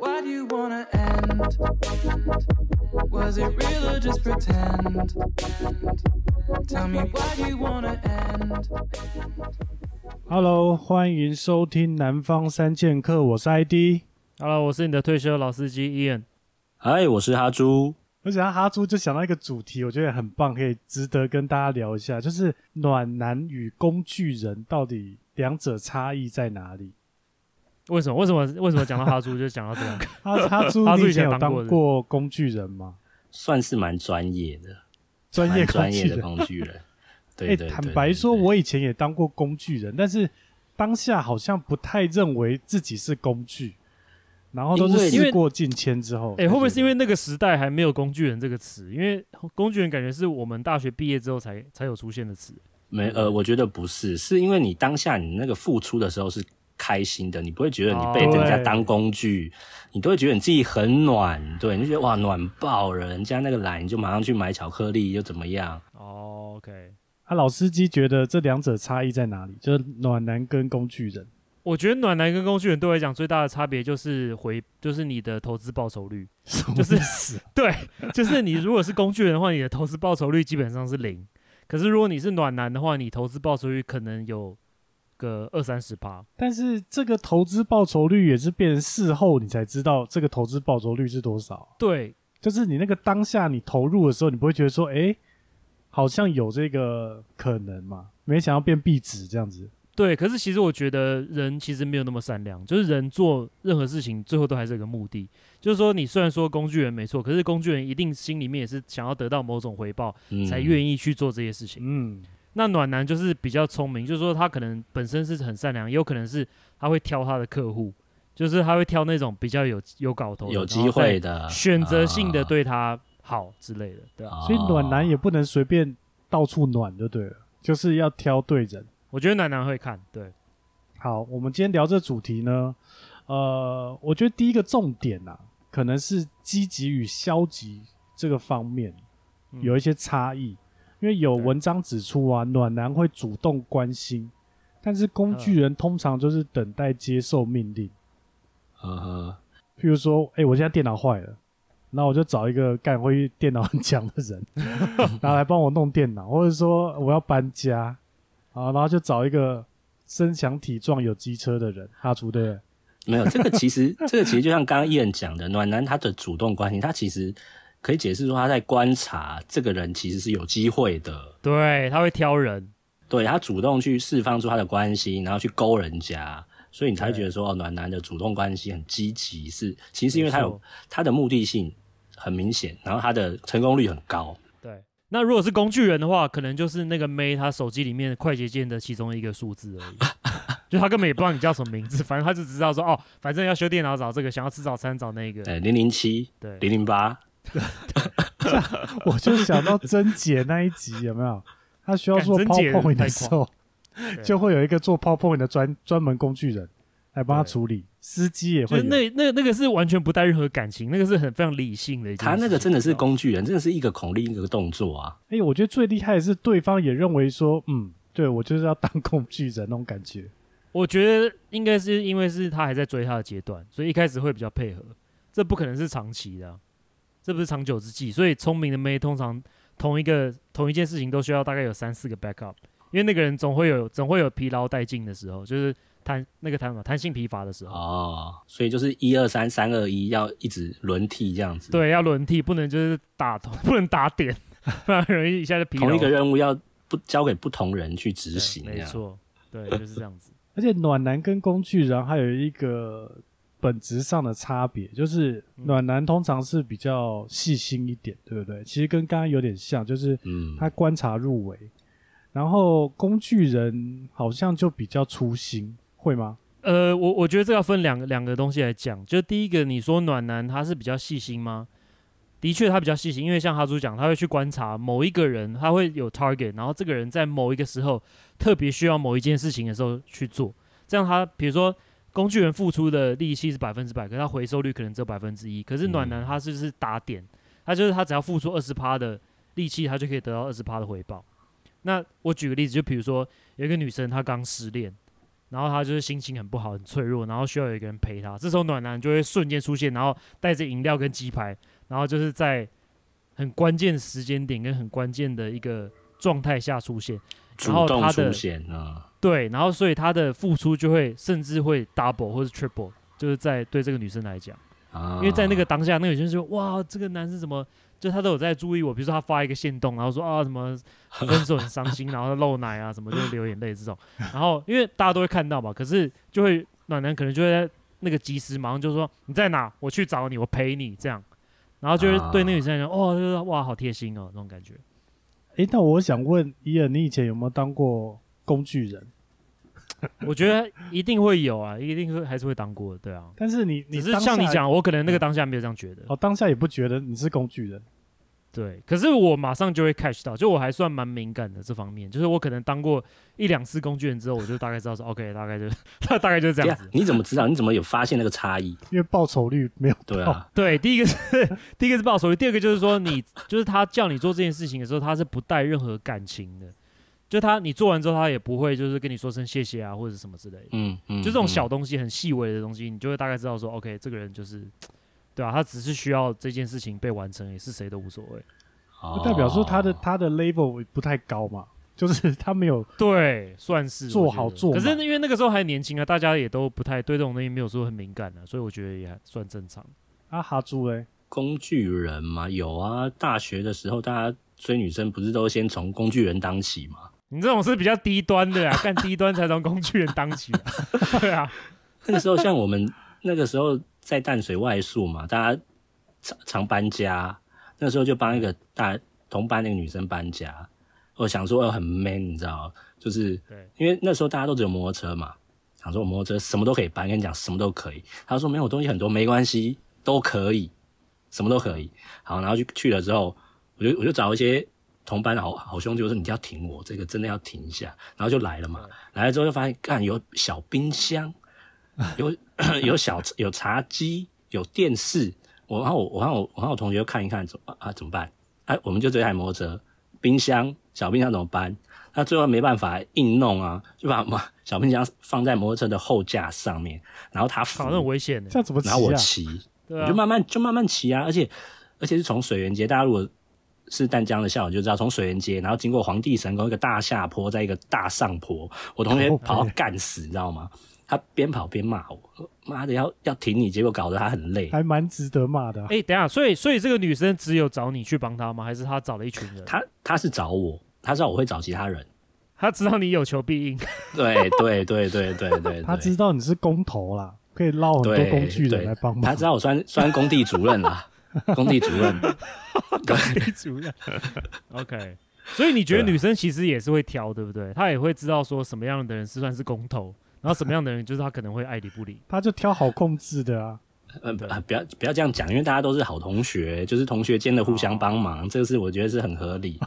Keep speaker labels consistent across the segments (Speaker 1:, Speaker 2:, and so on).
Speaker 1: how'd you wanna end? Was it real or just pretend? Tell me why do you wanna end?
Speaker 2: Hello，欢迎收听《南方三剑客》，我是 ID，
Speaker 3: Hello，我是你的退休老司机 Ian。
Speaker 4: 嗨，我是哈猪。
Speaker 2: 我想到哈猪就想到一个主题，我觉得很棒，可以值得跟大家聊一下，就是暖男与工具人到底两者差异在哪里？
Speaker 3: 为什么？为什么？为什么讲到哈猪就讲到这个？，
Speaker 2: 哈哈猪
Speaker 3: 哈猪
Speaker 2: 你以
Speaker 3: 以前
Speaker 2: 前有
Speaker 3: 当过
Speaker 2: 当
Speaker 3: 的
Speaker 2: 过工具人吗？
Speaker 4: 算是蛮专业的，
Speaker 2: 专业
Speaker 4: 蛮
Speaker 2: 工
Speaker 4: 专
Speaker 2: 具
Speaker 4: 业的
Speaker 2: 人。
Speaker 4: 工具人。 对
Speaker 2: 哎，
Speaker 4: 对对
Speaker 2: 坦白说，
Speaker 4: 对对
Speaker 2: 我以前也当过工具人，但是当下好像不太认为自己是工具，然后都
Speaker 4: 因
Speaker 2: 是
Speaker 4: 为因
Speaker 2: 事
Speaker 3: 为
Speaker 2: 过境迁之后。
Speaker 3: 哎、会不会是因为那个时代还没有“工具人”这个词？因为工具人感觉是我们大学毕业之后才才有出现的词。
Speaker 4: 没呃，我觉得不是，是因为你当下你那个付出的时候是开心的，你不会觉得你被人家
Speaker 2: 哦
Speaker 4: 当工具，你都会觉得你自己很暖，对，你就觉得哇暖爆了，人家那个懒你就马上去买巧克力又怎么样？
Speaker 3: 哦、o k
Speaker 2: 啊，老司机觉得这两者差异在哪里？就是暖男跟工具人。
Speaker 3: 我觉得暖男跟工具人对我来讲最大的差别就是回，就是你的投资报酬率。
Speaker 2: 就是死，
Speaker 3: 对，就是你如果是工具人的话，你的投资报酬率基本上是零。可是如果你是暖男的话，你投资报酬率可能有个二三十趴。
Speaker 2: 但是这个投资报酬率也是变成事后你才知道这个投资报酬率是多少。
Speaker 3: 对，
Speaker 2: 就是你那个当下你投入的时候，你不会觉得说，哎、好像有这个可能嘛？没想到变壁纸这样子。
Speaker 3: 对，可是其实我觉得人其实没有那么善良，就是人做任何事情最后都还是有个目的。就是说，你虽然说工具人没错，可是工具人一定心里面也是想要得到某种回报，
Speaker 4: 嗯，
Speaker 3: 才愿意去做这些事情。
Speaker 2: 嗯，
Speaker 3: 那暖男就是比较聪明，就是说他可能本身是很善良，也有可能是他会挑他的客户，就是他会挑那种比较有有搞头的、
Speaker 4: 有
Speaker 3: 然
Speaker 4: 机
Speaker 3: 后再
Speaker 4: 会的，
Speaker 3: 选择性的
Speaker 4: 啊，
Speaker 3: 对他好之类的，对啊。
Speaker 2: 所以暖男也
Speaker 4: 哦
Speaker 2: 不能随便到处暖就对了，就是要挑对人。
Speaker 3: 我觉得暖男会看，对，
Speaker 2: 好，我们今天聊这主题呢，呃，我觉得第一个重点啊，可能是积极与消极这个方面
Speaker 3: 嗯
Speaker 2: 有一些差异，因为有
Speaker 3: 对
Speaker 2: 文章指出啊，暖男会主动关心，但是工具
Speaker 3: 嗯
Speaker 2: 人通常就是等待接受命令。
Speaker 4: 啊呵呵，
Speaker 2: 譬如说，哎、我现在电脑坏了，那我就找一个干会电脑很强的 人，然后来帮我弄电脑，或者说我要搬家，啊，然后就找一个身强体壮有机车的人，哈猪 对不对？
Speaker 4: 没有，这个其实 这个其实就像刚刚燕讲的，暖男他的主动关心，他其实可以解释说他在观察这个人其实是有机会的，
Speaker 3: 对，他会挑人，
Speaker 4: 对他主动去释放出他的关心，然后去勾人家，所以你才会觉得说哦，暖男的主动关心很积极，是其实是因为他
Speaker 3: 没
Speaker 4: 有
Speaker 3: 错
Speaker 4: 他的目的性很明显，然后他的成功率很高。
Speaker 3: 对。那如果是工具人的话，可能就是那个妹她手机里面的快捷键的其中一个数字而已， 就她根本也不知道你叫什么名字，反正她就只知道说哦，反正要修电脑找这个，想要吃早餐找那个，
Speaker 4: 呃，零零七、
Speaker 3: 对，
Speaker 4: 零零八，
Speaker 2: 我就想到甄姐那一集有没有？她需要做
Speaker 3: 干甄姐
Speaker 2: PowerPoint 的时候，
Speaker 3: 对
Speaker 2: 就会有一个做 PowerPoint 的专专门工具人来帮她
Speaker 3: 对
Speaker 2: 处理，司机也
Speaker 3: 就
Speaker 2: 会
Speaker 3: 是
Speaker 2: 有。
Speaker 3: 那那那个是完全不带任何感情，那个是很非常理性的一件
Speaker 4: 他
Speaker 3: 事情。
Speaker 4: 那个真的是
Speaker 3: 你知道吗
Speaker 4: 工具人，真的是一个口令一个动作啊。
Speaker 2: 哎、我觉得最厉害的是对方也认为说，嗯，对我就是要当工具人那种感觉。
Speaker 3: 我觉得应该是因为是他还在追他的阶段，所以一开始会比较配合。这不可能是长期的啊、这不是长久之计。所以聪明的妹通常同一个同一件事情都需要大概有三四个 backup，因为那个人总会有总会有疲劳殆尽的时候，就是弹那个弹嘛弹性疲乏的时候。
Speaker 4: 哦，所以就是一二三三二一，要一直轮替这样子。，
Speaker 3: 对，要轮替，不能就是打同 不能打点，不然很容易一下就疲劳。
Speaker 4: 同一个任务要不交给不同人去执行，啊
Speaker 3: 对没。错，对，就是这样子。
Speaker 2: 而且暖男跟工具人还有一个本质上的差别，就是
Speaker 3: 嗯
Speaker 2: 暖男通常是比较细心一点，对不对？其实跟刚刚有点像，就是
Speaker 4: 嗯，
Speaker 2: 他观察入微，然后工具人好像就比较粗心，会吗？
Speaker 3: 呃，我我觉得这个要分两个两个东西来讲。就第一个，你说暖男他是比较细心吗？的确，他比较细心，因为像哈猪讲，他会去观察某一个人，他会有 target，然后这个人在某一个时候特别需要某一件事情的时候去做，这样他比如说工具人付出的力气是百分之百，可是他回收率可能只有百分之一，可是暖男他就是打点，他就是他只要付出二十趴的力气，他就可以得到二十趴的回报。那我举个例子，就比如说有一个女生她刚失恋，然后他就是心情很不好，很脆弱，然后需要有一个人陪他。这时候暖男就会瞬间出现，然后带着饮料跟鸡排，然后就是在很关键时间点跟很关键的一个状态下出现。
Speaker 4: 主
Speaker 3: 然后
Speaker 4: 动
Speaker 3: 他
Speaker 4: 出
Speaker 3: 的
Speaker 4: 现啊，
Speaker 3: 对，然后所以他的付出就会甚至会 double 或者 triple，就是在对这个女生来讲。
Speaker 4: 啊
Speaker 3: 因为在那个当下，那个女生说：“哇，这个男生怎么？”就他都有在注意我，比如说他发一个线动，然后说啊 什么分手很伤心，然后露奶啊什么，就流眼泪这种。然后因为大家都会看到嘛，可是就会暖男可能就会在那个及时马上就说你在哪，我去找你，我陪你这样。然后就会对那个女生来讲，
Speaker 2: 啊
Speaker 3: 哦，就是哇好贴心哦那种感觉。
Speaker 2: 诶，那我想问伊恩，你以前有没有当过工具人？
Speaker 3: 我觉得一定会有啊，一定会还是会当过的，对啊。
Speaker 2: 但是你你
Speaker 3: 只是
Speaker 2: 当
Speaker 3: 像你
Speaker 2: 下，嗯
Speaker 3: 讲，我可能那个当下没有这样觉得。
Speaker 2: 哦，当下也不觉得你是工具人。
Speaker 3: 对，可是我马上就会 catch 到，就我还算蛮敏感的这方面，就是我可能当过一两次工具人之后，我就大概知道说，OK，大概就 大大概就是这
Speaker 4: 对
Speaker 3: 样
Speaker 4: 呀
Speaker 3: 子，。
Speaker 4: 你怎么知道？你 怎么有发现那个差异？
Speaker 2: 因为报酬率没有
Speaker 4: 对
Speaker 2: 到，
Speaker 4: 啊，
Speaker 3: 对，第一个是第一个是报酬率，第二个就是说你就是他叫你做这件事情的时候，他是不带任何感情的，就他你做完之后，他也不会就是跟你说声谢谢啊或者什么之类的，
Speaker 4: 嗯嗯，
Speaker 3: 就这种小
Speaker 4: 嗯
Speaker 3: 东西很细微的东西，你就会大概知道说，OK，这个人就是。对啊，他只是需要这件事情被完成，也是谁都无所谓。
Speaker 2: 就代表说他
Speaker 3: 啊
Speaker 2: 的
Speaker 4: 哦
Speaker 2: 他的 level 不太高嘛，就是他没有
Speaker 3: 对，算是
Speaker 2: 做
Speaker 3: 我觉
Speaker 2: 好
Speaker 3: 得
Speaker 2: 做
Speaker 3: 可是
Speaker 2: 满
Speaker 3: 因为那个时候还年轻啊，大家也都不太对这种东西没有说很敏感啊，所以我觉得也还算正常。
Speaker 2: 啊哈猪嘞，
Speaker 4: 工具人嘛，有啊。大学的时候，大家追女生不是都先从工具人当起嘛？
Speaker 3: 你这种是比较低端的啊，干低端才从工具人当起、啊。 对啊，
Speaker 4: 那个时候，像我们那个时候在淡水外宿嘛，大家常常搬家，那时候就帮一个大同班那个女生搬家。我想说，呃，很 man，你知道，就是
Speaker 3: 对
Speaker 4: 因为那时候大家都只有摩托车嘛，想说我摩托车什么都可以搬，跟你讲什么都可以。他说没有东西很多，没关系，都可以，什么都可以。好，然后去去了之后，我就我就找一些同班的好好兄弟，我说你一定要挺我，这个真的要挺一下。然后就来了嘛，来了之后就发现，干有小冰箱，有有小有茶几，有电视。我然后我然后我然后我同学就看一看，怎么啊怎么办？哎、我们就这台摩托车，冰箱小冰箱怎么搬？那最后没办法硬弄啊，就把摩小冰箱放在摩托车的后架上面，然后他扶
Speaker 3: 靠，那很危险的、
Speaker 2: 这样怎么骑
Speaker 4: 然后我
Speaker 2: 啊？
Speaker 4: 骑，
Speaker 3: 对
Speaker 4: 我
Speaker 3: 啊
Speaker 4: 就，慢慢就慢慢骑啊，而且而且是从水源街，大家如果是淡江的校友就知道，从水源街，然后经过皇帝神宫一个大下坡，在一个大上坡，我同学
Speaker 2: 哦
Speaker 4: 跑到
Speaker 2: 对
Speaker 4: 干死，你知道吗？他边跑边骂我，说妈的要要停你，结果搞得他很累。
Speaker 2: 还蛮值得骂的啊、
Speaker 3: 哎、等一下，所以所以这个女生只有找你去帮她吗？还是她找了一群人？
Speaker 4: 他他是找我，他知道我会找其他人。
Speaker 3: 她知道你有求必应，
Speaker 4: 对对对对对对对，
Speaker 2: 他知道你是工头啦，可以捞很多
Speaker 4: 对
Speaker 2: 工具人
Speaker 4: 对
Speaker 2: 来帮忙
Speaker 4: 他。知道我算算工地主 任啦，工地主任。对
Speaker 3: 地主任。OK，所以你觉得
Speaker 4: 对啊
Speaker 3: 女生其实也是会挑，对不对？她也会知道说什么样的人是算是公头，然后什么样的人就是她可能会爱理不理。
Speaker 2: 他就挑好控制的啊，
Speaker 4: 呃，不
Speaker 3: 对
Speaker 4: 呃不要不要这样讲，因为大家都是好同学，就是同学间的互
Speaker 3: 哦
Speaker 4: 相帮忙，这个是我觉得是很合 理。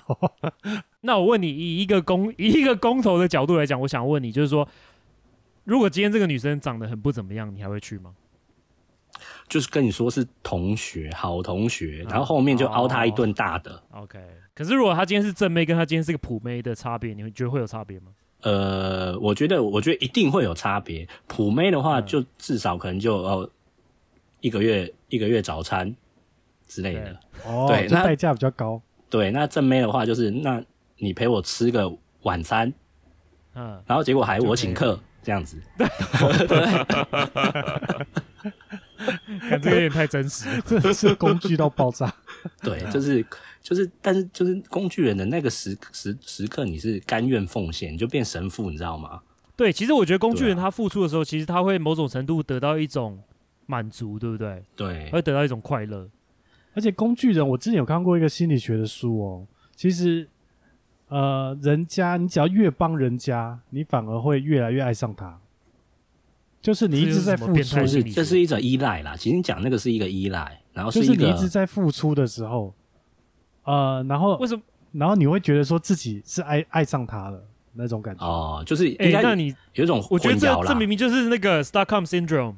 Speaker 3: 那我问你，以一个公以一个公投的角度来讲，我想问你，就是说，如果今天这个女生长得很不怎么样，你还会去吗？
Speaker 4: 就是跟你说是同学，好同学，
Speaker 3: 啊
Speaker 4: 然后后面就凹他一顿大的。
Speaker 3: OK，可是如果她今天是正妹，跟她今天是个普妹的差别，你会觉得会有差别吗？
Speaker 4: 呃，我觉得我觉得一定会有差别。普妹的话，
Speaker 3: 嗯
Speaker 4: 就至少可能就呃一个月一个月早餐之类的。
Speaker 2: 哦，
Speaker 4: 对
Speaker 2: 就
Speaker 4: 那
Speaker 2: 代价比较高。
Speaker 4: 对，那正妹的话就是，那你陪我吃个晚餐，
Speaker 3: 嗯，
Speaker 4: 然后结果还
Speaker 3: 就
Speaker 4: 我
Speaker 3: 可以
Speaker 4: 请客这样子。
Speaker 3: 看这个有点太真实。
Speaker 2: 真的是工具到爆 炸。
Speaker 4: 对，就是就是，但是就是工具人的那个时时时刻，你是甘愿奉献，你就变神父，你知道吗？
Speaker 3: 对，啊其实我觉得工具人
Speaker 4: 对
Speaker 3: 他付出的时候，其实他会某种程度得到一种满足，对不对？
Speaker 4: 对，
Speaker 3: 会得到一种快乐。
Speaker 2: 而且工具人，我之前有看过一个心理学的书哦。其实，呃，人家你只要越帮人家，你反而会越来越爱上他。就是你一直在付
Speaker 3: 这就是什
Speaker 2: 出
Speaker 3: 么变态
Speaker 4: 不，
Speaker 3: 心
Speaker 4: 是，
Speaker 3: 理学
Speaker 4: 这是一种依赖啦。其实你讲那个是一个依赖，然后
Speaker 2: 就是
Speaker 4: 一
Speaker 2: 你
Speaker 4: 个
Speaker 2: 一直在付出的时候，呃，然后
Speaker 3: 为什么？
Speaker 2: 然后你会觉得说自己是爱爱上他了那种感觉。
Speaker 4: 哦，就是
Speaker 3: 哎、
Speaker 4: 应该
Speaker 3: 那你
Speaker 4: 有一种
Speaker 3: 我
Speaker 4: 混
Speaker 3: 觉得这
Speaker 4: 淆
Speaker 3: 这明
Speaker 4: 啦。
Speaker 3: 明就是那个 Stockholm Syndrome，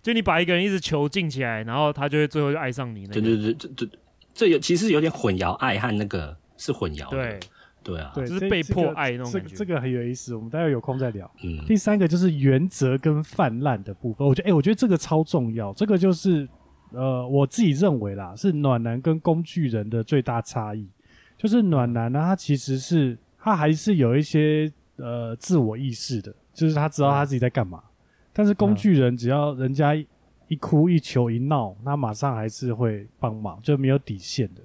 Speaker 3: 就你把一个人一直囚禁起来，然后他就会最后就爱上你那个。
Speaker 4: 对对对，这这这有其实有点混淆，爱和那个是混淆的。
Speaker 3: 对
Speaker 4: 对啊，
Speaker 2: 对，
Speaker 3: 就是
Speaker 2: 这
Speaker 3: 被
Speaker 2: 这
Speaker 3: 迫
Speaker 2: 个
Speaker 3: 爱那种
Speaker 2: 这
Speaker 3: 感
Speaker 2: 个
Speaker 3: 觉
Speaker 2: 这个很有意思，我们待会有空再聊。
Speaker 4: 嗯，
Speaker 2: 第三个就是原则跟泛滥的部分，我觉得，哎、我觉得这个超重要，这个就是，呃，我自己认为啦，是暖男跟工具人的最大差异，就是暖男呢、他其实是他还是有一些呃自我意识的，就是他知道他自己在干嘛，但是工具人只要人家一一哭一求一闹，他马上还是会帮忙，就没有底线的。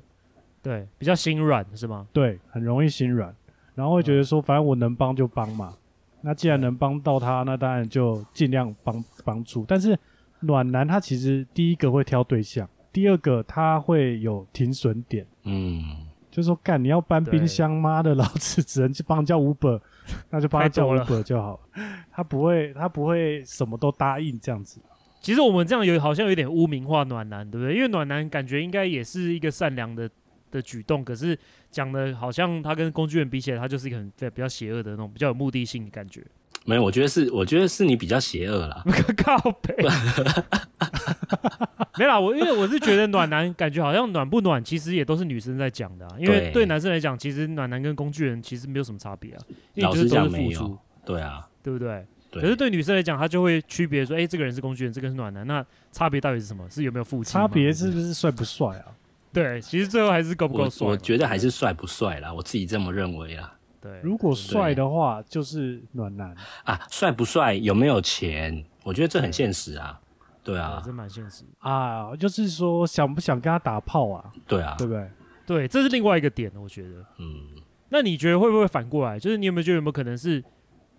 Speaker 3: 对，比较心软是吗？
Speaker 2: 对，很容易心软，然后会觉得说，反正我能帮就帮嘛。那既然能帮到他，那当然就尽量帮帮助。但是暖男他其实第一个会挑对象，第二个他会有停损点，
Speaker 4: 嗯，
Speaker 2: 就是说干你要搬冰箱，妈的，老子只能去帮人家 Uber，那就帮他
Speaker 3: 太
Speaker 2: 叫
Speaker 3: 多了
Speaker 2: Uber 就好了。他不会，他不会什么都答应这样子。
Speaker 3: 其实我们这样有好像有点污名化暖男，对不对？因为暖男感觉应该也是一个善良的的举动，可是讲的好像他跟工具人比起来，他就是一个很对比较邪恶的那种，比较有目的性的感觉。
Speaker 4: 没有，我觉得是，我觉得是你比较邪恶啦。
Speaker 3: 靠背，没啦，我因为我是觉得暖男感觉好像暖不暖，其实也都是女生在讲的、啊，因为
Speaker 4: 对
Speaker 3: 对男生来讲，其实暖男跟工具人其实没有什么差别啊，因为
Speaker 4: 老
Speaker 3: 你
Speaker 4: 实
Speaker 3: 就是都
Speaker 4: 讲，
Speaker 3: 是
Speaker 4: 没
Speaker 3: 付
Speaker 4: 有
Speaker 3: 出，，
Speaker 4: 对啊，
Speaker 3: 对不对？
Speaker 4: 对。
Speaker 3: 可是对女生来讲，她就会区别说，哎、这个人是工具人，这个是暖男，那差别到底是什么？是有没有付出？
Speaker 2: 差别是不是帅不帅啊？
Speaker 3: 对，其实最后还是够不够
Speaker 4: 我
Speaker 3: 帅嘛。
Speaker 4: 我觉得还是帅不帅啦，我自己这么认为啦。
Speaker 3: 对，
Speaker 2: 如果帅的话，就是暖男。
Speaker 4: 啊，帅不帅，有没有钱，我觉得这很现实啊。对
Speaker 3: 啊，
Speaker 4: 啊，
Speaker 3: 真蛮现实的。
Speaker 2: 啊，就是说想不想跟他打炮啊，
Speaker 4: 对啊
Speaker 2: 对，不对？
Speaker 3: 对，这是另外一个点，我觉得。
Speaker 4: 嗯，
Speaker 3: 那你觉得会不会反过来？就是你有没有觉得有没有可能是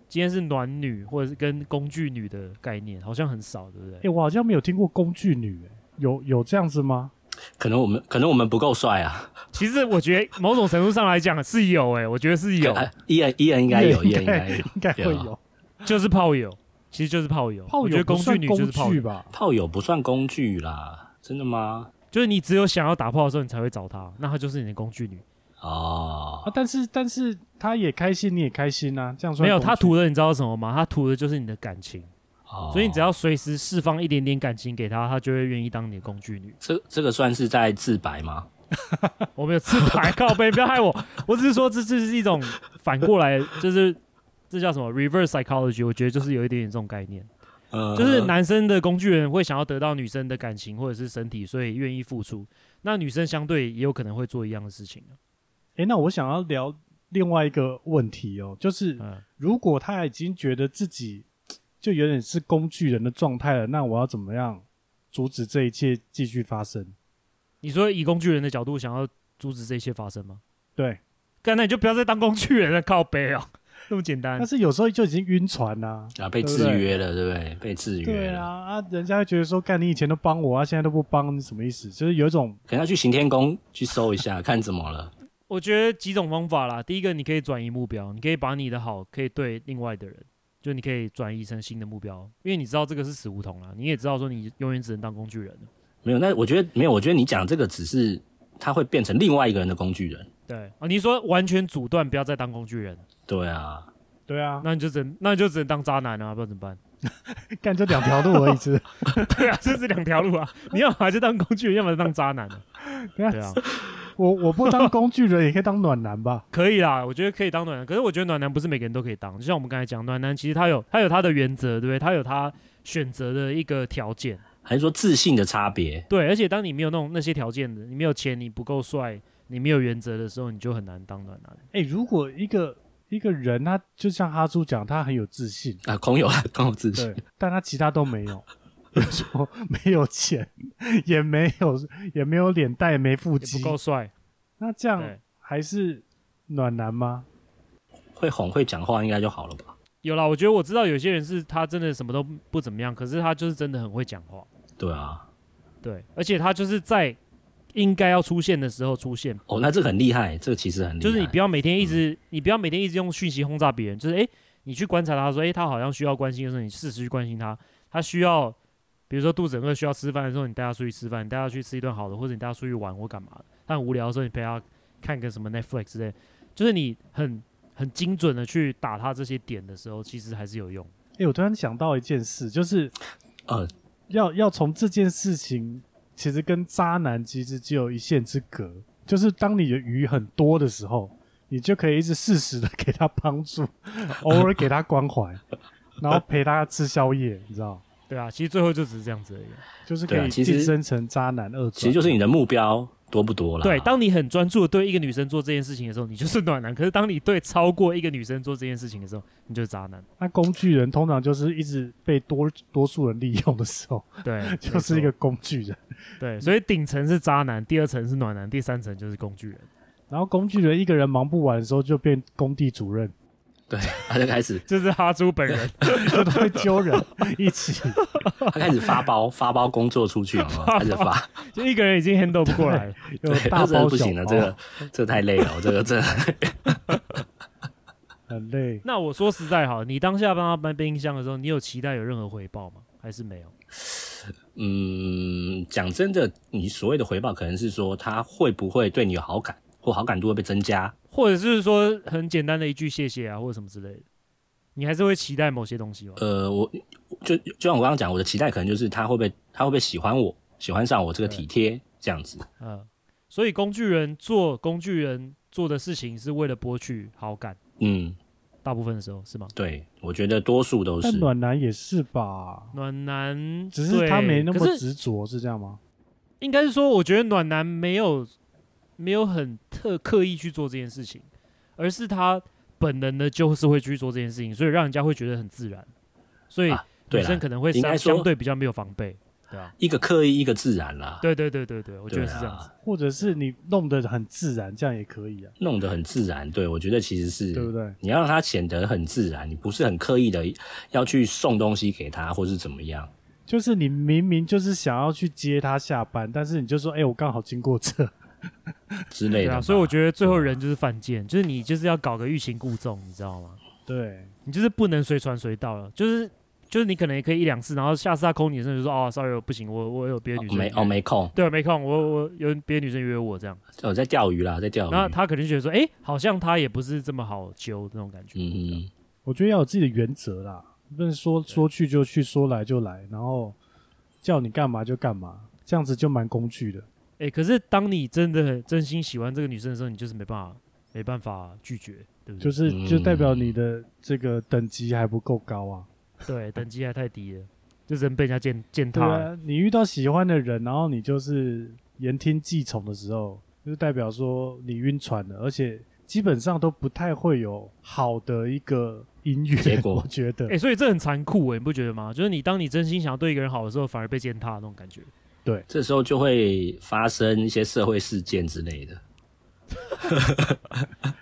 Speaker 3: 今天是暖女或者是跟工具女的概念，好像很少，对不对？
Speaker 2: 哎、我好像没有听过工具女、诶有有这样子吗？
Speaker 4: 可能我们可能我们不够帅啊。
Speaker 3: 其实我觉得某种程度上来讲是有、诶，我觉得是有，
Speaker 4: 啊伊人伊人应该有，伊
Speaker 2: 应
Speaker 4: 人应
Speaker 2: 该
Speaker 4: 该有。
Speaker 2: 应该会
Speaker 4: 有啊
Speaker 2: 有。
Speaker 3: 就是炮友，其实就是炮友。
Speaker 2: 炮
Speaker 3: 我觉
Speaker 2: 友
Speaker 3: 得
Speaker 2: 不
Speaker 3: 工具
Speaker 2: 算
Speaker 3: 女
Speaker 2: 工
Speaker 3: 就是炮
Speaker 2: 具
Speaker 3: 友，
Speaker 2: 吧？
Speaker 4: 炮友不算工具啦，真的吗？
Speaker 3: 就是你只有想要打炮的时候，你才会找她，那她就是你的工具女。
Speaker 2: 啊
Speaker 4: 哦，，
Speaker 2: 但是但是他也开心，你也开心啊，这样算
Speaker 3: 没有，
Speaker 2: 工
Speaker 3: 她
Speaker 2: 具
Speaker 3: 图的你知道是什么吗？她图的就是你的感情，
Speaker 4: 哦
Speaker 3: 所以你只要随时释放一点点感情给她，她就会愿意当你的工具女。
Speaker 4: 这这个算是在自白吗？
Speaker 3: 我没有自白， 靠背，不要害我。我只是说，这这是一种反过来，就是这叫什么 reverse psychology？我觉得就是有一点点这种概念，
Speaker 4: 呃
Speaker 3: 就是男生的工具人会想要得到女生的感情或者是身体，所以愿意付出。那女生相对也有可能会做一样的事情。啊
Speaker 2: 哎、那我想要聊另外一个问题哦，就是
Speaker 3: 嗯，
Speaker 2: 如果他已经觉得自己就有点是工具人的状态了，那我要怎么样阻止这一切继续发生？
Speaker 3: 你说以工具人的角度想要阻止这些发生吗？
Speaker 2: 对，
Speaker 3: 干，那你就不要再当工具人了，靠背哦， 那么简单
Speaker 2: 但。是有时候就已经晕船啦、
Speaker 4: 啊
Speaker 2: 对
Speaker 4: 被
Speaker 2: 不
Speaker 4: 制
Speaker 2: 对
Speaker 4: 约了，对不对？被制
Speaker 2: 对
Speaker 4: 约
Speaker 2: 啊，
Speaker 4: 了，
Speaker 2: 啊，人家会觉得说，干你以前都帮我啊，现在都不帮，你什么意思？就是有一种
Speaker 4: 可能要去行天宫去搜一下， 看怎么了。
Speaker 3: 我觉得几种方法啦。第一个，你可以转移目标，你可以把你的好可以对另外的人，就你可以转移成新的目标，因为你知道这个是死胡同啦，你也知道说你永远只能当工具人了。
Speaker 4: 没有，那我觉得没有，我觉得你讲这个只是他会变成另外一个人的工具人。
Speaker 3: 对啊，你说完全阻断，不要再当工具人，
Speaker 4: 对啊，
Speaker 2: 对啊，
Speaker 3: 那你就只能那你就只能当渣男啊，不然怎么办？
Speaker 2: 干这两条路而已， 是
Speaker 3: 对啊，这是两条路啊，你要么就当工具人，要么就当渣男、啊。
Speaker 2: 对
Speaker 3: 对
Speaker 2: 啊，
Speaker 3: 啊，
Speaker 2: 我我不当工具人也可以当暖男吧？
Speaker 3: 可以啦，我觉得可以当暖男，可是我觉得暖男不是每个人都可以当，就像我们刚才讲，暖男其实他有他有他的原则，对不对？他有他选择的一个条件。
Speaker 4: 还是说自信的差别？
Speaker 3: 对，而且当你没有那种那些条件的，你没有钱，你不够帅，你没有原则的时候，你就很难当暖男。
Speaker 2: 哎、如果一个一个人他就像哈猪讲，他很有自信，
Speaker 4: 啊，空有啊， 空有自 信
Speaker 2: 对，但他其他都没 有，比如说没有钱， 也没有也没有脸蛋，也没腹
Speaker 3: 也
Speaker 2: 肌
Speaker 3: 不，够帅，
Speaker 2: 那这样
Speaker 3: 对
Speaker 2: 还是暖男吗？
Speaker 4: 会哄会讲话应该就好了吧？
Speaker 3: 有啦，我觉得我知道有些人是他真的什么都不怎么样，可是他就是真的很会讲话，
Speaker 4: 对啊，
Speaker 3: 对，而且他就是在应该要出现的时候出现，
Speaker 4: 哦，那这个很厉害，这个其实很厉害。
Speaker 3: 就是你不要每天
Speaker 2: 嗯
Speaker 3: 一直，你不要每天一直用讯息轰炸别人，就是诶，你去观察他说，诶，他好像需要关心的时候，你适时去关心他，他需要。比如说肚子很饿需要吃饭的时候，你带他出去吃饭，你带他去吃一顿好的，或者你带他出去玩或干嘛的。他很无聊的时候，你陪他看个什么 Netflix 之类，就是你很很精准的去打他这些点的时候，其实还是有用。
Speaker 2: 哎、我突然想到一件事，就是
Speaker 4: 呃，
Speaker 2: 要要从这件事情，其实跟渣男其实只有一线之隔，就是当你的鱼很多的时候，你就可以一直适时的给他帮助，偶尔给他关怀，然后陪他吃宵夜，你知道，
Speaker 3: 对啊，其实最后就只是这样子而已。
Speaker 2: 就是可
Speaker 4: 对啊
Speaker 2: 以
Speaker 4: 其实
Speaker 2: 晋升成渣男二转，
Speaker 4: 其实就是你的目标多不多啦。
Speaker 3: 对，当你很专注的对一个女生做这件事情的时候，你就是暖男；可是当你对超过一个女生做这件事情的时候，你就是渣男。
Speaker 2: 那工具人通常就是一直被多多数人利用的时候，
Speaker 3: 对，
Speaker 2: 就
Speaker 3: 没
Speaker 2: 是一个
Speaker 3: 错
Speaker 2: 工具人。嗯
Speaker 3: 对，所以顶层是渣男，第二层是暖男，第三层就是工具人。
Speaker 2: 然后工具人一个人忙不完的时候，就变工地主任，
Speaker 4: 对，他就开始
Speaker 3: 就是哈猪本人，
Speaker 2: 就都会揪人一起。
Speaker 4: 他开始发包发包工作出去，有没有开始发，
Speaker 3: 就一个人已经 handle 不过来了。
Speaker 2: 有
Speaker 4: 对，
Speaker 2: 大
Speaker 4: 那真
Speaker 2: 包
Speaker 4: 的不
Speaker 2: 小
Speaker 4: 行了，啊
Speaker 2: 包，
Speaker 4: 这个这个太累了，我这个真的
Speaker 2: 很累。
Speaker 3: 那我说实在好，你当下帮他搬冰箱的时候，你有期待有任何回报吗？还是没有？
Speaker 4: 嗯，讲真的，你所谓的回报可能是说他会不会对你有好感，或好感度会被增加，
Speaker 3: 或者是说很简单的一句谢谢啊，或者什么之类的，你还是会期待某些东西吗？
Speaker 4: 呃，我就就像我刚刚讲，我的期待可能就是他会不会他会不会喜欢我，喜欢上我这个体贴这样子。
Speaker 3: 嗯，所以工具人做工具人做的事情是为了博取好感，
Speaker 4: 嗯，
Speaker 3: 大部分的时候是吗？
Speaker 4: 对，我觉得多数都
Speaker 2: 但
Speaker 4: 是。
Speaker 2: 暖男也是吧，
Speaker 3: 暖男
Speaker 2: 只是他
Speaker 3: 对
Speaker 2: 没那
Speaker 3: 可
Speaker 2: 么
Speaker 3: 是
Speaker 2: 执着，是这样吗？
Speaker 3: 应该是说，我觉得暖男没有没有很特刻意去做这件事情，而是他本能的就是会去做这件事情，所以让人家会觉得很自然，所以
Speaker 4: 啊对
Speaker 3: 女
Speaker 4: 啦
Speaker 3: 生可能会
Speaker 4: 应
Speaker 3: 相
Speaker 4: 该说
Speaker 3: 相对比较没有防备，对啊，
Speaker 4: 一个刻意，一个自然啦。
Speaker 3: 对对对对对，我
Speaker 4: 我
Speaker 3: 觉得是这样子，
Speaker 2: 或者是你弄得很自然，这样也可以啊，
Speaker 4: 弄得很自然。对我觉得其实是，
Speaker 2: 对不对？
Speaker 4: 你要让它显得很自然，你不是很刻意的要去送东西给他，或是怎么样。
Speaker 2: 就是你明明就是想要去接他下班，但是你就说：“哎、我刚好经过这。
Speaker 4: 之类
Speaker 3: 对
Speaker 4: 的吧、
Speaker 3: 啊，所以我觉得最后人就是犯贱，就是你就是要搞个欲擒故纵，你知道吗？”
Speaker 2: 对，
Speaker 3: 你就是不能随传随到了，就是。就是你可能也可以一两次，然后下次他抠你的时候就说哦，sorry，我不行，我我有别的女
Speaker 4: 哦
Speaker 3: 生
Speaker 4: 没哦没空，
Speaker 3: 对，啊没空，我我有别的女生约我这样。
Speaker 4: 我在钓鱼啦，在钓鱼。
Speaker 3: 然后他可能觉得说，哎、好像他也不是这么好揪那种感觉。
Speaker 4: 嗯嗯，
Speaker 2: 我觉得要有自己的原则啦，不能说说去就去，说来就来，然后叫你干嘛就干嘛，这样子就蛮工具的。
Speaker 3: 哎、可是当你真的很真心喜欢这个女生的时候，你就是没办法，没办法拒绝，对不
Speaker 2: 就
Speaker 3: 对？
Speaker 2: 是
Speaker 4: 嗯
Speaker 2: 就代表你的这个等级还不够高啊。
Speaker 3: 对，等级还太低了，就人被人家践践
Speaker 2: 对
Speaker 3: 踏了。
Speaker 2: 啊，你遇到喜欢的人，然后你就是言听计从的时候，就代表说你晕船了，而且基本上都不太会有好的一个音乐。
Speaker 4: 结果
Speaker 2: 我觉得
Speaker 3: 哎、，所以这很残酷哎、你不觉得吗？就是你当你真心想要对一个人好的时候，反而被践踏那种感觉。
Speaker 4: 这时候就会发生一些社会事件之类的。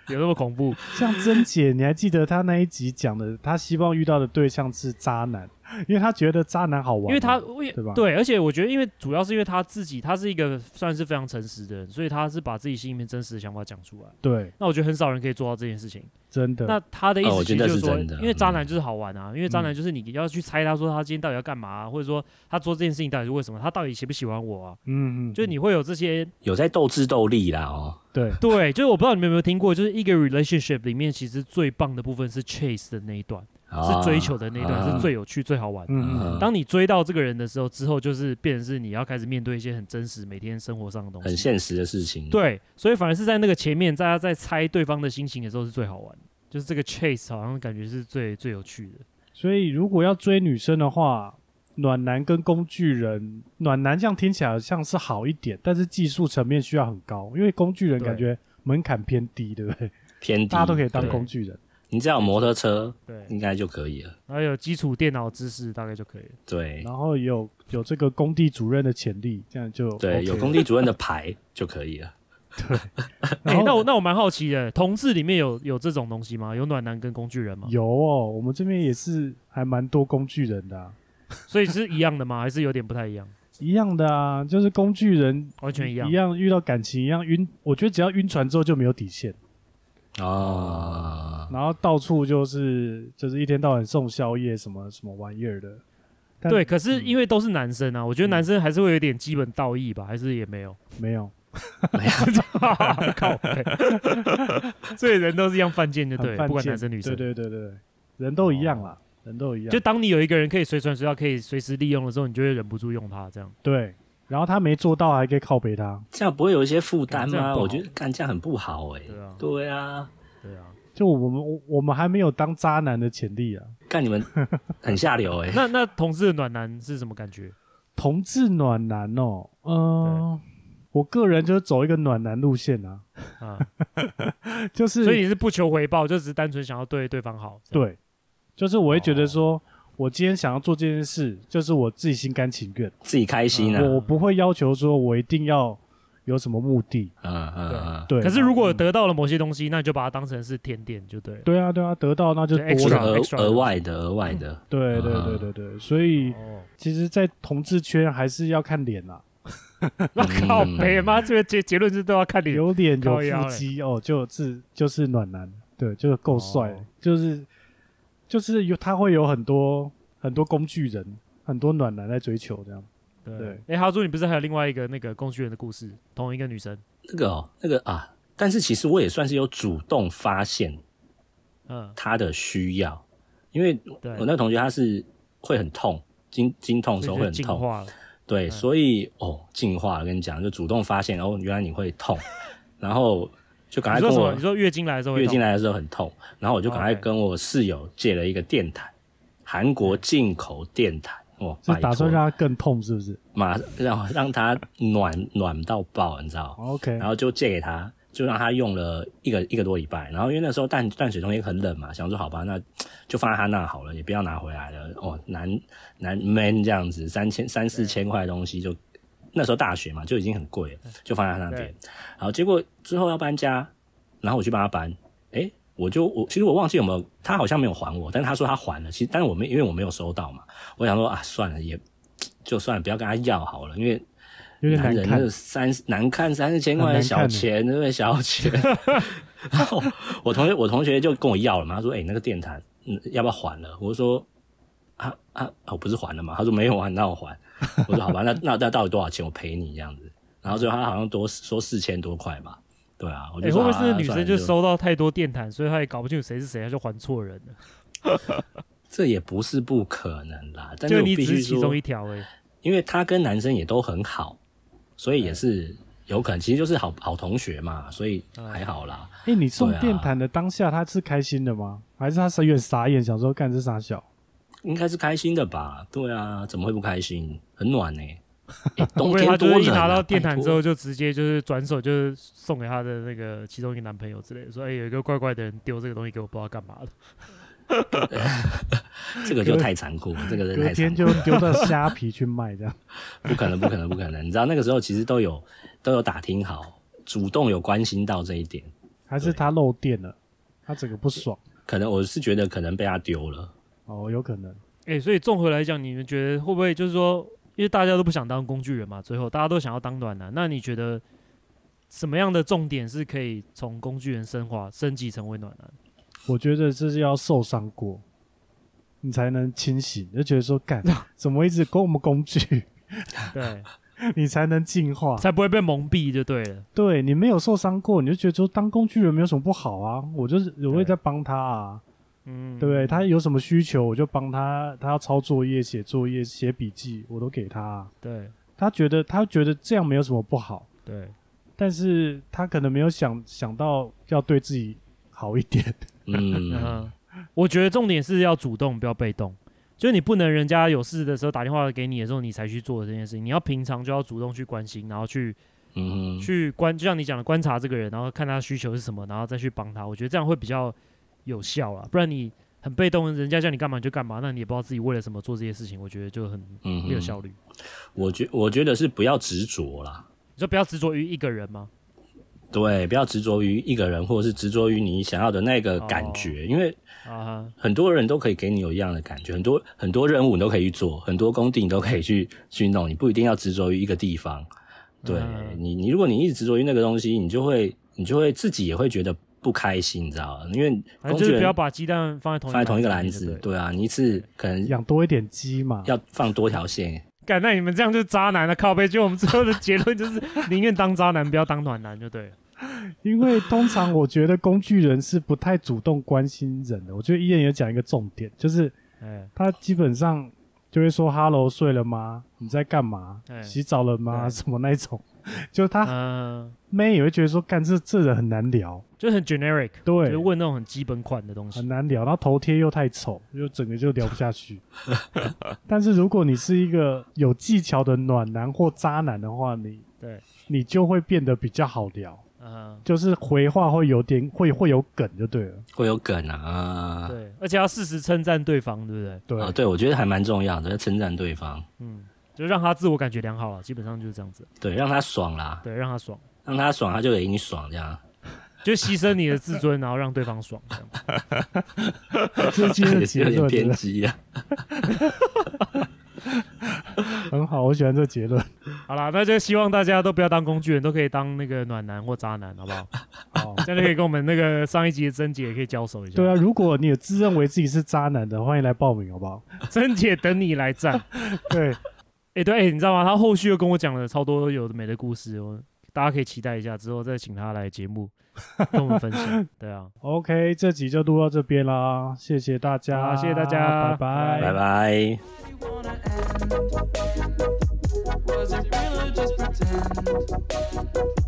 Speaker 3: 有那么恐怖？
Speaker 2: 像珍姐，你还记得她那一集讲的，她希望遇到的对象是渣男，因为她觉得渣男好玩嘛，
Speaker 3: 因为他，因为
Speaker 2: 对吧
Speaker 3: 对，而且我觉得，因为主要是因为他自己，他是一个算是非常诚实的人，所以他是把自己心里面真实的想法讲出来。
Speaker 2: 对
Speaker 3: 那我觉得很少人可以做到这件事情。
Speaker 2: 真的
Speaker 3: 那他的意
Speaker 4: 哦
Speaker 3: 思
Speaker 4: 我
Speaker 3: 其实
Speaker 4: 觉得
Speaker 3: 就是
Speaker 4: 是
Speaker 3: 说，
Speaker 4: 真的嗯
Speaker 3: 因为渣男就是好玩啊，因为渣男就是你要去猜他说他今天到底要干嘛啊、或者说他做这件事情到底是为什么，他到底喜不喜欢我啊？
Speaker 2: 嗯嗯，
Speaker 3: 就你会有这些
Speaker 4: 有在斗智斗力啦哦，
Speaker 2: 对
Speaker 3: 对，就是我不知道你们有没有听过，就是一个 relationship 里面其实最棒的部分是 chase 的那一段，
Speaker 4: 啊
Speaker 3: 是追求的那一段，是最有趣、最好玩的。
Speaker 2: 嗯嗯
Speaker 4: 嗯
Speaker 3: 当你追到这个人的时候，之后就是变成是你要开始面对一些很真实、每天生活上的东
Speaker 4: 很
Speaker 3: 西。
Speaker 4: 现实的事情。，
Speaker 3: 对，所以反而是在那个前面，大家在猜对方的心情的时候是最好玩的，就是这个 chase 好像感觉是最最有趣的。
Speaker 2: 所以如果要追女生的话，暖男跟工具人，暖男这样听起来像是好一点，但是技术层面需要很高，因为工具人
Speaker 3: 对
Speaker 2: 感觉门槛偏低，对不 对？
Speaker 4: 偏低，
Speaker 2: 大家都可以当
Speaker 4: 对
Speaker 2: 工具人。
Speaker 4: 你只要有摩托车
Speaker 3: 对，
Speaker 4: 应该就可以了。
Speaker 3: 然后有基础电脑知识大概就可以了。
Speaker 4: 对
Speaker 2: 然后有有这个工地主任的潜力，这样就 OK
Speaker 4: 对，有
Speaker 2: 了
Speaker 4: 工地主任的牌就可以了。
Speaker 3: 哎、
Speaker 2: 然后
Speaker 3: 那我那我蛮好奇的，同志里面有有这种东西吗？有暖男跟工具人吗？
Speaker 2: 有哦，我们这边也是还蛮多工具人的、啊，
Speaker 3: 所以是一样的吗？还是有点不太一样？
Speaker 2: 一样的啊，就是工具人
Speaker 3: 完全一样。
Speaker 2: 一样遇到感情一样晕，我觉得只要晕船之后就没有底线，
Speaker 4: 哦，
Speaker 2: 然后到处就是就是一天到晚送宵夜什么什么玩意儿的，但嗯
Speaker 3: 对，可是因为都是男生啊，我觉得男生还是会有点基本道义吧，还是也 没有。
Speaker 2: 没有
Speaker 4: 没有，
Speaker 3: 靠北， 所以人都是一样犯贱就对
Speaker 2: 很
Speaker 3: 了，
Speaker 2: 犯
Speaker 3: 不管
Speaker 2: 贱
Speaker 3: 男生女生。哦
Speaker 2: 对对对对，人都一样啦，人都一样，
Speaker 3: 就当你有一个人可以随传随到，可以随时利用的时候，你就会忍不住用他这样。
Speaker 2: 对，然后他没做到还可以靠背他，
Speaker 4: 这样不会有一些负担
Speaker 3: 这样
Speaker 4: 吗？
Speaker 3: 不好
Speaker 4: 我觉得干这样很不好哎、
Speaker 3: 对啊
Speaker 4: 对啊，
Speaker 3: 对啊，
Speaker 2: 就我们我我们还没有当渣男的潜力啊。
Speaker 4: 看你们很下流哎、
Speaker 3: 那那同志的暖男是什么感觉？
Speaker 2: 同志暖男哦，嗯、我个人就是走一个暖男路线啊，
Speaker 3: 啊，
Speaker 2: 就是
Speaker 3: 所以你是不求回报，就只是单纯想要对对方好。这样，
Speaker 2: 对，就是我会觉
Speaker 3: 哦
Speaker 2: 得说，我今天想要做这件事，就是我自己心甘情愿，
Speaker 4: 自己开心啊，
Speaker 2: 我不会要求说我一定要有什么目的。
Speaker 4: 嗯嗯嗯，
Speaker 2: 对，
Speaker 3: 可是如果得到了某些东西，那你就把它当成是甜点就对了。
Speaker 2: 对啊对啊，得到那就
Speaker 3: 就
Speaker 2: 多
Speaker 4: 就
Speaker 3: 对
Speaker 4: 是
Speaker 2: 了。
Speaker 4: 额
Speaker 3: extra
Speaker 4: 额外的额外的，
Speaker 2: 对对
Speaker 4: 嗯
Speaker 2: 对对对，所以
Speaker 3: 哦，
Speaker 2: 其实，在同志圈还是要看脸啊啦、
Speaker 3: 那
Speaker 4: 嗯
Speaker 3: 靠北妈，这个结结论是都要看脸。
Speaker 2: 有脸有
Speaker 3: 嗯靠腰欸
Speaker 2: 腹肌哦，就是就是暖男，对，就是够帅，
Speaker 3: 哦
Speaker 2: 就是就是有他会有很多很多工具人，很多暖男在追求这样。对
Speaker 3: 对，哎，哈猪，你不是还有另外一个那个工具人的故事？同一个女生，
Speaker 4: 那个哦那个啊，但是其实我也算是有主动发现
Speaker 3: 嗯，
Speaker 4: 他的需要，因为
Speaker 3: 对，
Speaker 4: 我那个同学他是会很痛，经经痛的时
Speaker 3: 所以
Speaker 4: 候会
Speaker 3: 就
Speaker 4: 很
Speaker 3: 进
Speaker 4: 痛，
Speaker 3: 化了。
Speaker 4: 对，所以哦进化了，跟你讲，就主动发现哦原来你会 痛，然后就赶
Speaker 3: 你
Speaker 4: 快
Speaker 3: 说
Speaker 4: 跟
Speaker 3: 什
Speaker 4: 我
Speaker 3: 么？你说月经来的时候会
Speaker 4: 月
Speaker 3: 痛，
Speaker 4: 经来的时候很痛，然后我就赶快
Speaker 3: OK
Speaker 4: 跟我室友借了一个电毯，韩国进口电毯，哦，
Speaker 2: 是
Speaker 4: 拜
Speaker 2: 打
Speaker 4: 托
Speaker 2: 算让他更痛，是不是
Speaker 4: 马让让他暖暖到爆，你知道？
Speaker 2: ？OK，
Speaker 4: 然后就借给他，就让他用了一个一个多礼拜。然后因为那时候淡淡水东西很冷嘛，想说好吧，那就放在他那好了，也不要拿回来了。哦，男男 man 这样子，三千三四千块的东西就那时候大学嘛，就已经很贵了，就放在他那边
Speaker 3: 对。
Speaker 4: 然后结果之后要搬家，然后我去帮他搬，诶，我就我其实我忘记有没有，他好像没有还我，但是他说他还了，其实但是我没因为我没有收到嘛，我想说啊算了也。就算了，不要跟他要好了，因为
Speaker 2: 有点
Speaker 4: 男
Speaker 2: 难
Speaker 4: 人
Speaker 2: 看
Speaker 4: 那。三难看三四千
Speaker 2: 很
Speaker 4: 块的
Speaker 2: 难
Speaker 4: 小
Speaker 2: 看
Speaker 4: 钱，对不对？小 钱。然后我同学我同学就跟我要了嘛，他说：“哎、那个电毯，嗯，要不要还了？”我说：“啊啊，我不是还了嘛？”他说：“没有啊，那我还。”我说：“好吧，那那那到底多少钱？我赔你这样子。”然后最后他好像多说四千多块吧，对啊，我
Speaker 3: 哎，
Speaker 4: 就
Speaker 3: 会不会
Speaker 4: 说、啊、
Speaker 3: 是那女生
Speaker 4: 算了
Speaker 3: 就收到太多电毯，所以她也搞不清楚谁是谁，她就还错人了？
Speaker 4: 这也不是不可能啦，但是
Speaker 3: 就
Speaker 4: 我
Speaker 3: 你
Speaker 4: 必
Speaker 3: 只是
Speaker 4: 须
Speaker 3: 其
Speaker 4: 说，
Speaker 3: 中一条哎。
Speaker 4: 因为他跟男生也都很好，所以也是有可能，其实就是好好同学嘛，所以还好啦。
Speaker 2: 哎，你送
Speaker 4: 对啊
Speaker 2: 电毯的当下，他是开心的吗？还是他是有点傻眼，想说干这傻小？
Speaker 4: 应该是开心的吧？对啊，怎么会不开心？很暖呢、 欸冬
Speaker 3: 不然
Speaker 4: 天
Speaker 3: 她就
Speaker 4: 多
Speaker 3: 是
Speaker 4: 冷、
Speaker 3: 一
Speaker 4: 啊，
Speaker 3: 拿到电毯之后，
Speaker 4: 拜
Speaker 3: 就直接就是转手就是送给她的那个其中一个男朋友之类的，说哎、有一个怪怪的人丢这个东西给我，不知道干嘛的。
Speaker 4: 托，这个就太残酷了，这个人
Speaker 2: 隔
Speaker 4: 太残
Speaker 2: 天
Speaker 4: 酷
Speaker 2: 就
Speaker 4: 了，
Speaker 2: 丢到虾皮去卖，这样
Speaker 4: 不可能，不可能，不可能！你知道那个时候其实都有都有打听好，主动有关心到这一点，
Speaker 2: 还 是他漏电了，他整个不爽
Speaker 4: 可能我是觉得可能被他丢了，
Speaker 2: 哦，有可能。
Speaker 3: 哎、所以综合来讲，你们觉得会不会就是说，因为大家都不想当工具人嘛，最后大家都想要当暖男，那你觉得什么样的重点是可以从工具人升华升级成为暖男？
Speaker 2: 我觉得这是要受伤过，你才能清醒，就觉得说干怎么一直跟我们工具，
Speaker 3: 对，
Speaker 2: 你才能进化。
Speaker 3: 才不会被蒙蔽就对了。
Speaker 2: 对你没有受伤过，你就觉得说当工具人没有什么不好啊，我就是我会
Speaker 3: 对
Speaker 2: 在帮他啊，
Speaker 3: 嗯，
Speaker 2: 对不对？他有什么需求我就帮他，他要抄作业、写作业、写笔记，我都给他啊、
Speaker 3: 对
Speaker 2: 他觉得他觉得这样没有什么不好，
Speaker 3: 对，
Speaker 2: 但是他可能没有想想到要对自己好一点。
Speaker 4: 嗯，
Speaker 3: 嗯，我觉得重点是要主动，不要被动。就是你不能人家有事的时候打电话给你的时候，你才去做这件事情。你要平常就要主动去关心，然后去
Speaker 4: 嗯哼，
Speaker 3: 去观，就像你讲的，观察这个人，然后看他需求是什么，然后再去帮他。我觉得这样会比较有效啦。不然你很被动，人家叫你干嘛你就干嘛，那你也不知道自己为了什么做这些事情，我觉得就很
Speaker 4: 嗯
Speaker 3: 没有
Speaker 4: 哼，
Speaker 3: 效率。
Speaker 4: 我觉我觉得是不要执着啦，
Speaker 3: 你说不要执着于一个人吗？
Speaker 4: 对，不要执着于一个人，或者是执着于你想要的那个感
Speaker 3: 哦
Speaker 4: 觉，因为
Speaker 3: 啊哈，
Speaker 4: 很多人都可以给你有一样的感觉，很多很多任务你都可以去做，很多工地你都可以去去弄，你不一定要执着于一个地方。对、
Speaker 3: 嗯
Speaker 4: 你，你如果你一直执着于那个东西，你就会你就会自己也会觉得不开心，你知道吗？因为
Speaker 3: 反
Speaker 4: 工
Speaker 3: 正
Speaker 4: 具
Speaker 3: 就是不要
Speaker 4: 人
Speaker 3: 把鸡蛋放在同
Speaker 4: 放在同一个篮
Speaker 3: 里面哎就
Speaker 4: 子，
Speaker 3: 对了。
Speaker 4: 对啊，你一次可能
Speaker 2: 养多一点鸡嘛，
Speaker 4: 要放多条线，
Speaker 3: 干，那你们这样就是渣男了。靠背，就我们最后的结论就是宁愿当渣男，不要当暖男，就对了。
Speaker 2: 因为通常我觉得工具人是不太主动关心人的。我觉得伊人也讲一个重点，就是
Speaker 3: 哎，
Speaker 2: 他基本上就会说 “hello，睡了吗？你在干嘛？
Speaker 3: 哎
Speaker 2: 洗澡了吗？
Speaker 3: 对
Speaker 2: 什么那一种。”就是他
Speaker 3: 嗯，
Speaker 2: 妹也会觉得说：“干这这人很难聊。
Speaker 3: 就是很 generic，
Speaker 2: 对
Speaker 3: 就是问那种很基本款的东西
Speaker 2: 很。难聊，然后头贴又太丑，就整个就聊不下 去。但是如果你是一个有技巧的暖男或渣男的话，你
Speaker 3: 对，
Speaker 2: 你就会变得比较好聊，
Speaker 3: 嗯、
Speaker 2: 就是回话会有点会会有梗就对了。
Speaker 4: 会有梗啊。
Speaker 3: 对，而且要适时称赞对方，对不对？
Speaker 2: 对，
Speaker 4: 啊，对，我觉得还蛮重要的，要称赞对方，
Speaker 3: 嗯，就让他自我感觉良好了，基本上就是这样子。
Speaker 4: 对，让他爽
Speaker 2: 啊
Speaker 4: 啦，
Speaker 3: 对，让他爽，
Speaker 4: 让他爽，他就给你爽，这样
Speaker 3: 就牺牲你的自尊，然后让对方爽。这样
Speaker 2: 这是今天的
Speaker 4: 也是
Speaker 2: 结
Speaker 4: 有点
Speaker 2: 论，真
Speaker 4: 偏
Speaker 2: 的
Speaker 4: 激啊。
Speaker 2: 很好，我喜欢这结论。
Speaker 3: 好啦，那就希望大家都不要当工具人，都可以当那个暖男或渣男，好不 好？
Speaker 2: 好，
Speaker 3: 这样就可以跟我们那个上一集的甄姐也可以交手一下。
Speaker 2: 哦对啊，，如果你有自认为自己是渣男的，欢迎来报名，好不好？
Speaker 3: 甄姐等你来战。
Speaker 2: 对，
Speaker 3: 哎、对，哎、你知道吗？他后续又跟我讲了超多有的没的故事，我大家可以期待一下，之后再请他来节目跟我们分 享。对啊，
Speaker 2: OK，这集就录到这边啦，谢谢大家，
Speaker 3: 好谢谢大家
Speaker 2: 拜拜，
Speaker 4: 拜拜。
Speaker 1: you wanna end? Was it really just pretend?